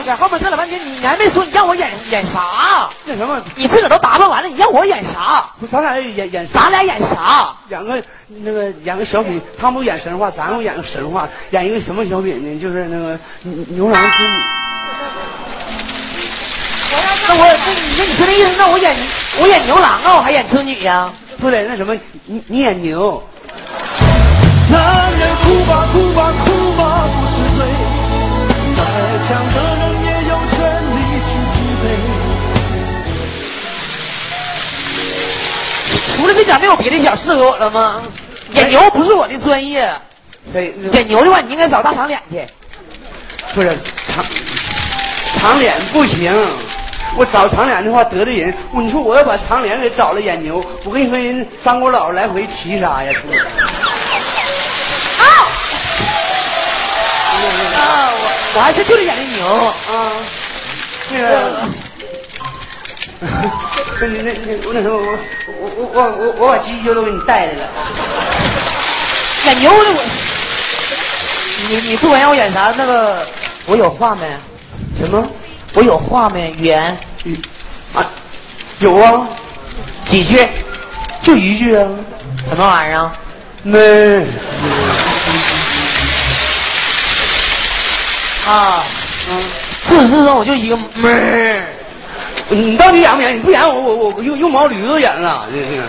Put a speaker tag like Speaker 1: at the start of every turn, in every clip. Speaker 1: 一下，后面嘚了半天，你你还没说你让我演演啥？
Speaker 2: 那什么，
Speaker 1: 你自个儿都打扮完了，你让我演啥？
Speaker 2: 咱俩演演
Speaker 1: 咱俩演啥？
Speaker 2: 演个那个演个小品，他们都演神话，咱们演个神话，演一个什么小品呢？就是那个牛牛郎织女。
Speaker 1: 那我那你那你说那意思，那我演我演牛郎啊，我还演织女呀、
Speaker 2: 不对，那什么，你你演牛。男人哭吧哭吧哭吧不是罪，再强的人也有权利去疲
Speaker 1: 除了这点，没有别的点适合我了吗？演牛不是我的专业，
Speaker 2: 惫。对，那
Speaker 1: 演牛的话，你应该找大长脸去。
Speaker 2: 不是长长脸不行，我找长脸的话得罪人。我你说我要把长脸给找了演牛，我跟你说人三国佬来回骑杀呀，是不是？
Speaker 1: 啊，我我还真就是演的牛。
Speaker 2: 啊，那个，那你那那我那什么，我我我我我我把鸡鸡都给你带来了。
Speaker 1: 演牛的我，你你不管让我演啥那个，我有话没？
Speaker 2: 什么？
Speaker 1: 我有话没？语言
Speaker 2: 嗯啊，有啊，
Speaker 1: 几句？
Speaker 2: 就一句啊。
Speaker 1: 什么玩意儿？
Speaker 2: 那
Speaker 1: 啊，
Speaker 2: 嗯，
Speaker 1: 自始至终我就一个哞儿。
Speaker 2: 你到底演不演？你不演我我我用用毛驴子演了，这是。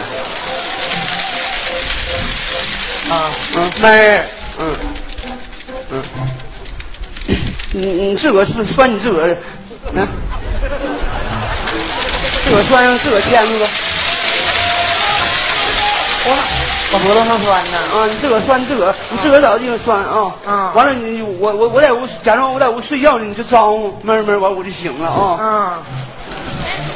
Speaker 1: 啊，
Speaker 2: 嗯
Speaker 1: 哞儿。
Speaker 2: 嗯嗯，你你自个儿是拴你自个儿，嗯，自个儿拴上自个儿牵着吧。
Speaker 1: 我哪？我脖子上拴呢。
Speaker 2: 啊，你自个儿拴自个儿，你自个儿找个地方拴啊。
Speaker 1: 嗯
Speaker 2: 完了你我我我在屋，假装我在屋睡觉呢，你就招呼闷闷，完我就醒了啊。
Speaker 1: 嗯。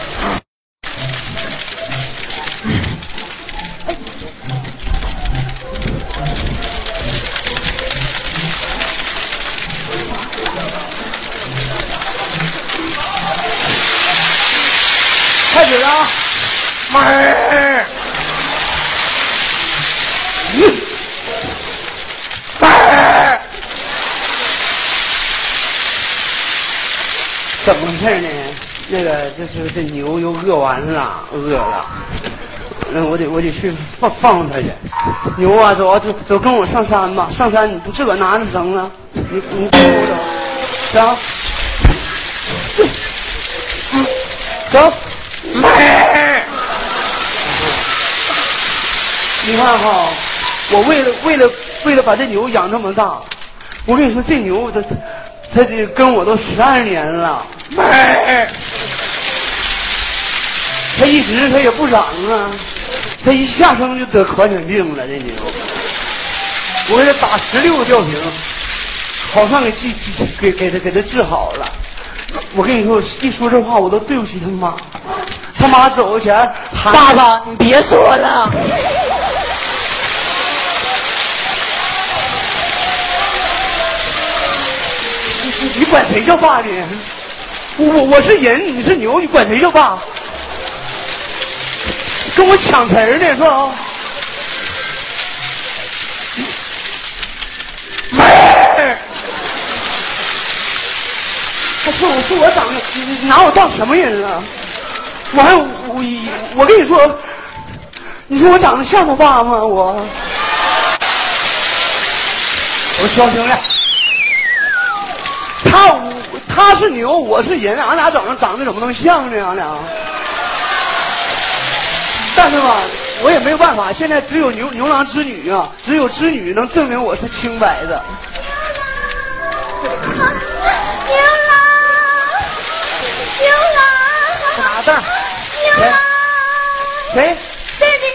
Speaker 2: 开始了啊！
Speaker 1: 哞儿。
Speaker 2: 咦，
Speaker 1: 哞儿。
Speaker 2: 怎么回事呢？那个就是这牛又饿完了，饿了。那我得我得去放放放它去。牛啊，走啊，走走，跟我上山吧。上山你不自个儿拿着绳子，你你跟我走，走，走。
Speaker 1: 哞儿。
Speaker 2: 你看哈，我为了为了为了把这牛养这么大，我跟你说，这牛它它得跟我都十二年了，
Speaker 1: 哞儿。
Speaker 2: 它一直它也不长啊，它一下生就得狂犬病了，这牛，我给它打十六个吊瓶，好像给治治给给它给它治好了。我跟你说，我一说这话我都对不起他妈，他妈走前喊
Speaker 1: 爸爸，你别说了。
Speaker 2: 你管谁叫爸呢？我我我是人，你是牛，你管谁叫爸？跟我抢词儿呢是吧？
Speaker 1: 哞儿。
Speaker 2: 哎他说我说我长得，你你拿我当什么人了？我还我我跟你说，你说我长得像他爸吗？我我说兄弟，他他是牛，我是人，俺俩长得长得怎么能像呢？俺俩。但是吧，我也没有办法，现在只有牛牛郎织女啊，只有织女能证明我是清白的。
Speaker 3: 牛郎，牛郎，
Speaker 2: 拿凳儿，
Speaker 3: 牛郎，
Speaker 2: 谁？
Speaker 3: 这里，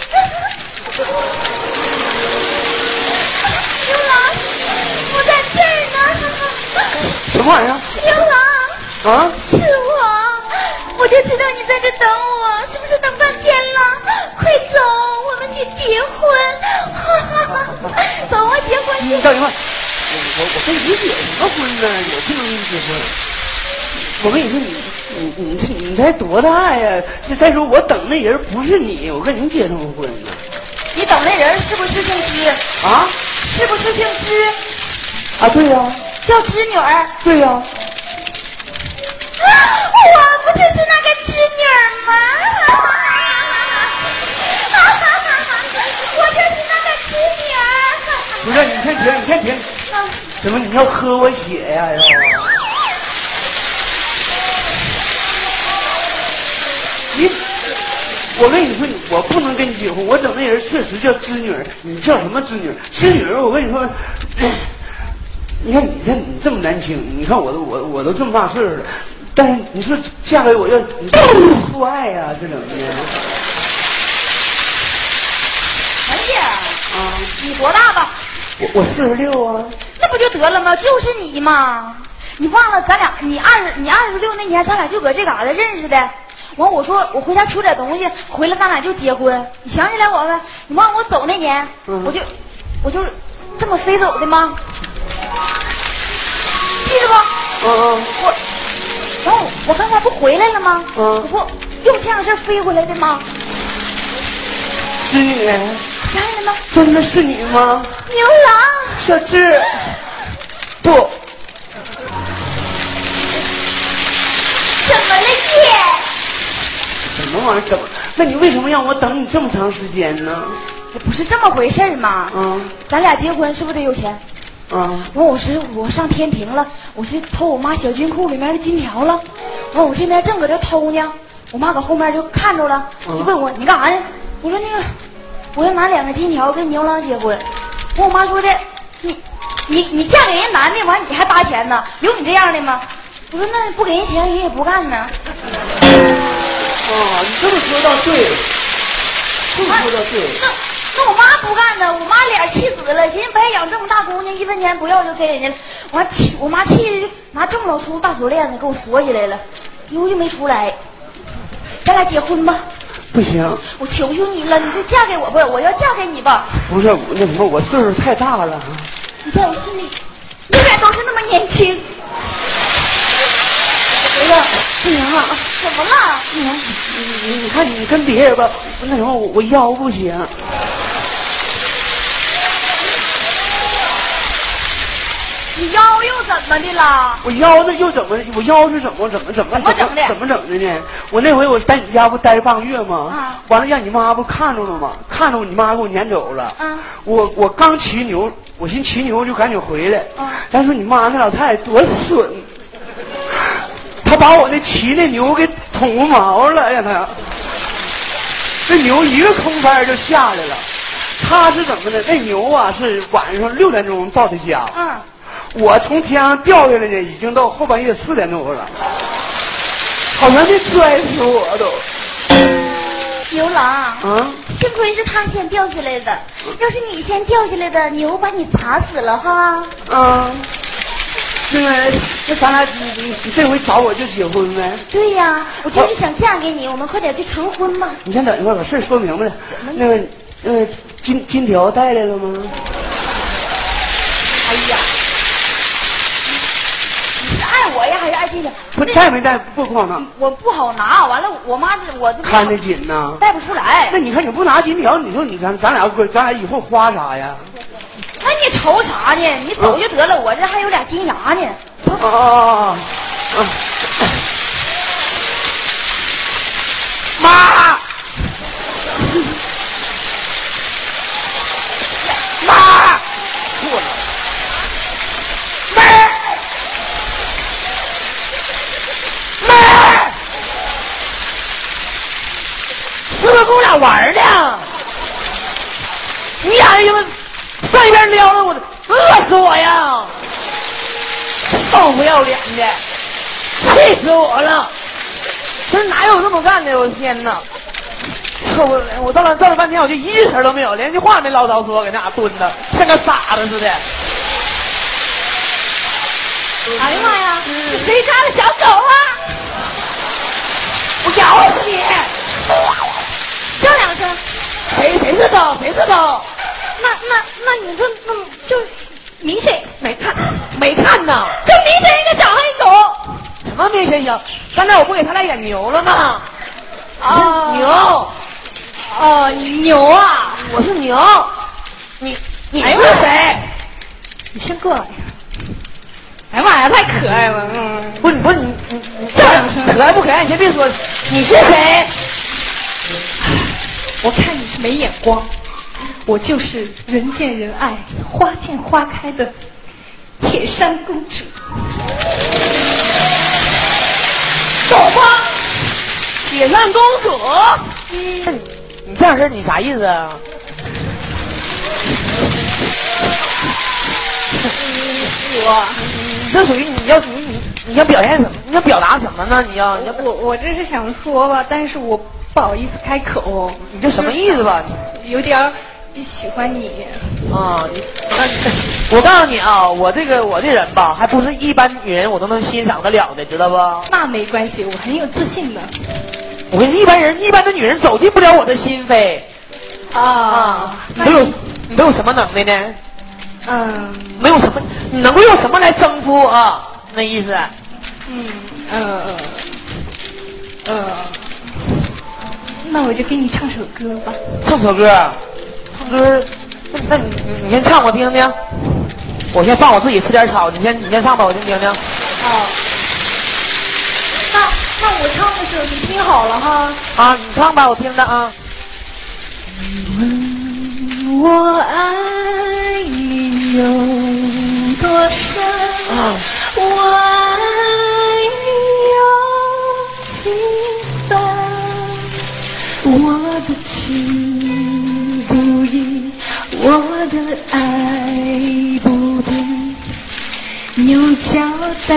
Speaker 3: 牛郎，我在这儿呢。
Speaker 2: 什么玩意儿？
Speaker 3: 牛郎，
Speaker 2: 啊？
Speaker 3: 是我，我就知道你在这等我，是不是等半天了？快走，我们去结婚。走啊，结婚去
Speaker 2: 你。等一会儿，我我我跟你结什么婚呢？我不能跟你结婚。我跟你说，你你你这你才多大呀？这再说我等那人不是你，我跟你结什么婚呢？
Speaker 1: 你等那人是不是姓支？
Speaker 2: 啊
Speaker 1: 是不是姓支？
Speaker 2: 啊，对呀、
Speaker 1: 叫织女儿。
Speaker 2: 对呀、
Speaker 3: 我不就是那个织女儿吗？我就是那个织女儿。
Speaker 2: 不是，你先停，你先停，
Speaker 3: 啊
Speaker 2: 怎么你要喝我血呀、哎要你，我跟你说，我不能跟你结婚。我整那人确实叫织女儿，你叫什么织女儿？织女儿，我跟你说，你看你这你这么年轻，你看我都我我都这么大岁数了，但是你说嫁给我要你说我父爱呀、这怎啊么的？
Speaker 3: 文姐，哎你多大吧？
Speaker 2: 我我四十六啊，
Speaker 3: 那不就得了吗？就是你嘛！你忘了咱俩，你二十，你二十六那年，咱俩就搁这嘎达认识的。完，我说我回家取点东西，回来咱俩就结婚。你想起来我没？你忘了我走那年，
Speaker 2: 嗯
Speaker 3: 我就我就这么飞走的吗？记着不？
Speaker 2: 嗯嗯。
Speaker 3: 我，然后我刚才不回来了吗？
Speaker 2: 嗯
Speaker 3: 我不又像是飞回来的吗？
Speaker 2: 织女儿，
Speaker 3: 想起来吗？
Speaker 2: 真的是你吗？
Speaker 3: 牛郎。
Speaker 2: 小智，不，
Speaker 3: 怎么了，姐？
Speaker 2: 什么玩意儿？怎么？那你为什么让我等你这么长时间呢？
Speaker 3: 也不是这么回事儿嘛。
Speaker 2: 嗯
Speaker 3: 咱俩结婚是不是得有钱？
Speaker 2: 嗯，
Speaker 3: 完，哦我是我上天庭了，我去偷我妈小军裤里面的金条了。完，我这边正搁这偷呢，我妈搁后面就看着了，就
Speaker 2: 嗯
Speaker 3: 问我你干啥呢？我说那个，我要拿两个金条跟牛郎结婚。完，我妈说的，你你你嫁给人男的，完你还搭钱呢？有你这样的吗？我说那不给人钱，人也不干呢。
Speaker 2: 啊，你这么说倒对，这么说倒对。
Speaker 3: 那那我妈不干呢，我妈脸气死了，寻思白养这么大姑娘，一分钱不要就给人家了。我还气，我妈气的就拿这么老粗大锁链子给我锁起来了，溜就没出来。咱俩结婚吧，
Speaker 2: 不行，
Speaker 3: 我求求你了，你就嫁给我吧，我要嫁给你吧。
Speaker 2: 不是那什么，我岁数太大了。
Speaker 3: 你在我心里永远都是那么年轻。
Speaker 2: 哎呀，不行啊！
Speaker 3: 怎么了？
Speaker 2: 你你你看你跟别人吧，那什么我我腰不行。
Speaker 3: 你腰又怎么的了？
Speaker 2: 我腰子又怎么？我腰是怎么怎么怎么
Speaker 3: 怎么整的
Speaker 2: 怎么整的呢？我那回我在你家不待半个月吗？
Speaker 3: 啊
Speaker 2: 完了让你妈不看着了吗？看着我你妈给我撵走了。
Speaker 3: 啊
Speaker 2: 我我刚骑牛，我寻骑牛就赶紧回来。
Speaker 3: 啊
Speaker 2: 咱说你妈那老太太多损，她把我那骑那牛给捅毛了哎呀！她，那牛一个空翻就下来了。她是怎么的？那牛啊是晚上六点钟到的家。
Speaker 3: 嗯，
Speaker 2: 我从天上掉下来呢，已经到后半夜四点钟了，好像得摔死我都。
Speaker 3: 牛郎。
Speaker 2: 啊，
Speaker 3: 幸亏是他先掉下来的，要是你先掉下来的，牛把你砸死了哈。
Speaker 2: 啊，那个，那咱俩你你你这回找我就结婚呗？
Speaker 3: 对呀、我就是想嫁给你，我们快点去成婚吧。
Speaker 2: 你先等一会儿，把事儿说明白了
Speaker 3: 怎么。
Speaker 2: 那个，那个金金条带来了吗？
Speaker 3: 哎呀，你是爱我呀，还是爱这个？
Speaker 2: 不带没带？不光呢，
Speaker 3: 我不好拿，完了我妈这我都不好
Speaker 2: 看得紧呐。
Speaker 3: 带不出来。
Speaker 2: 那你看你不拿金条，你说你咱咱俩咱俩以后花啥呀？
Speaker 3: 那哎你愁啥呢？你走就得了，
Speaker 2: 嗯
Speaker 3: 我这还有俩金牙呢。
Speaker 2: 啊啊啊！啊 妈！妈！错了。妹！妹！是不是跟我俩玩儿呢？你俩他妈上一边撩了我，饿死我呀！臭不要脸的，气死我了！这哪有这么干的？我的天哪！臭不要脸！我到了到了半天，我就一句词儿都没有，连句话没唠叨说，搁那蹲着，像个傻子似的。
Speaker 3: 哎呀妈呀，这谁家的小狗啊？
Speaker 4: 我咬死你！
Speaker 3: 叫两声。
Speaker 4: 谁谁是狗？谁是狗？
Speaker 3: 那那那你说那就是明显，
Speaker 4: 没看，没看呢。
Speaker 3: 这明显一个小黑狗。
Speaker 4: 什么明显小？刚才我不给他俩演牛了吗？
Speaker 3: 啊
Speaker 4: 牛，
Speaker 3: 哦，牛啊！
Speaker 4: 我是牛。你你
Speaker 3: 哎呀
Speaker 4: 是谁？你先过来。哎呀妈呀，太可爱了！嗯，
Speaker 2: 不是，你不是你你你
Speaker 4: 这
Speaker 1: 可爱不可爱，你先别说，你是谁？
Speaker 5: 我看你是没眼光，我就是人见人爱、花见花开的铁扇公主。
Speaker 4: 走吧，铁扇公主。
Speaker 1: 你这样式儿你啥意思啊？
Speaker 5: 我
Speaker 1: 你这属于你要你你你要表现什么？你要表达什么呢？你要你要
Speaker 5: 我我这是想说吧，但是我不好意思开口，
Speaker 1: 你这什么意思吧？
Speaker 5: 有点儿喜欢你。
Speaker 1: 啊、你那你我告诉你啊，我这个我这人吧，还不是一般女人我都能欣赏得了的，知道不？
Speaker 5: 那没关系，我很有自信的。
Speaker 1: 我跟一般人一般的女人走进不了我的心扉
Speaker 5: 啊
Speaker 1: 你都有你都有什么能耐呢？
Speaker 5: 嗯
Speaker 1: 没有什么，你能够用什么来征服啊？那意思，
Speaker 5: 嗯呃呃，那我就给你唱首歌吧。
Speaker 1: 唱首歌啊，唱歌，那那你你你先唱我听听，我先放我自己吃点草，你先你先唱吧，我先听听。
Speaker 3: 啊
Speaker 5: 哦，那那我唱的时候你听好了哈。
Speaker 1: 啊，你唱吧，我听着啊。
Speaker 5: 我爱你有多深？
Speaker 1: 啊
Speaker 5: 我爱你有几分？我的情不移，我的爱不变，有交代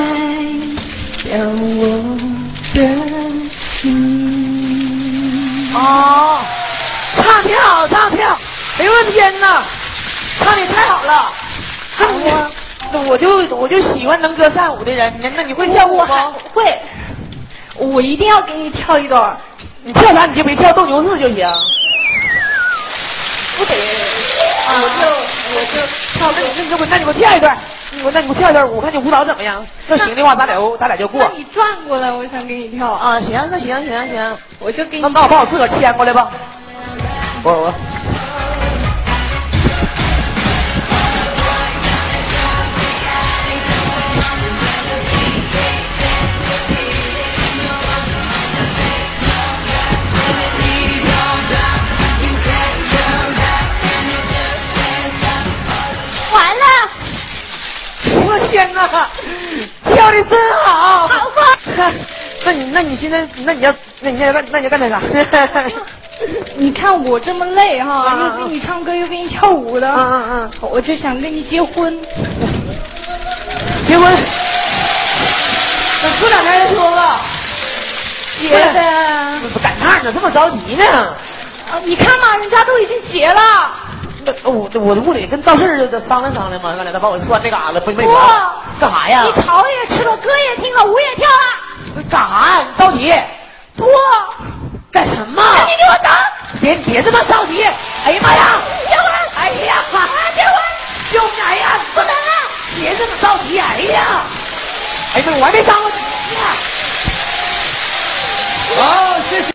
Speaker 5: 着我的心。
Speaker 1: 哦，唱挺好，唱挺好，哎呦我的天哪，唱的太好
Speaker 5: 啊
Speaker 1: 了，那我那我就我就喜欢能歌善舞的人，那那你会跳舞
Speaker 5: 我还
Speaker 1: 吗？
Speaker 5: 会，我一定要给你跳一段儿，
Speaker 1: 你跳啥你就别跳斗牛士就行。
Speaker 5: 不得，我就我就
Speaker 1: 啊那你那你给我那你给我跳一段，你给我那你给我跳一段，我看你舞蹈怎么样。要行的话，咱俩就咱俩就过
Speaker 5: 那。你转过来，我想给你跳啊，
Speaker 1: 啊，行，那行行行，
Speaker 5: 我就给你
Speaker 1: 那那我把我自个儿牵过来吧。我我。
Speaker 3: 完了，
Speaker 1: 我天哪，跳的真好！
Speaker 3: 好吧，
Speaker 1: 那你那你现在那你要那你要干那你要干点 啥？
Speaker 5: 你看我这么累哈、
Speaker 1: 啊啊啊
Speaker 5: 又给你唱歌，又给你跳舞的，
Speaker 1: 嗯嗯
Speaker 5: 我就想跟你结婚。
Speaker 1: 嗯，结婚，那过两天再说吧。
Speaker 5: 结呗，
Speaker 1: 不赶趟呢，这么着急呢？
Speaker 5: 啊你看嘛，人家都已经结
Speaker 1: 啊
Speaker 5: 了，
Speaker 1: 那哦我我屋里跟赵四儿商量商量嘛，完了他把我拴那嘎达不没法
Speaker 5: 哇
Speaker 1: 干啥呀？
Speaker 5: 你草也吃了，歌也听了，舞也跳了，
Speaker 1: 干啥呀？你着急
Speaker 5: 不，
Speaker 1: 干什么？
Speaker 5: 那你给我等，
Speaker 1: 别别这么着急！哎呀妈呀！
Speaker 5: 结婚，
Speaker 1: 哎呀，结婚！救命！哎呀，不能啊！别这么着急！哎呀，哎呀，我还没上过。
Speaker 2: 好，谢谢。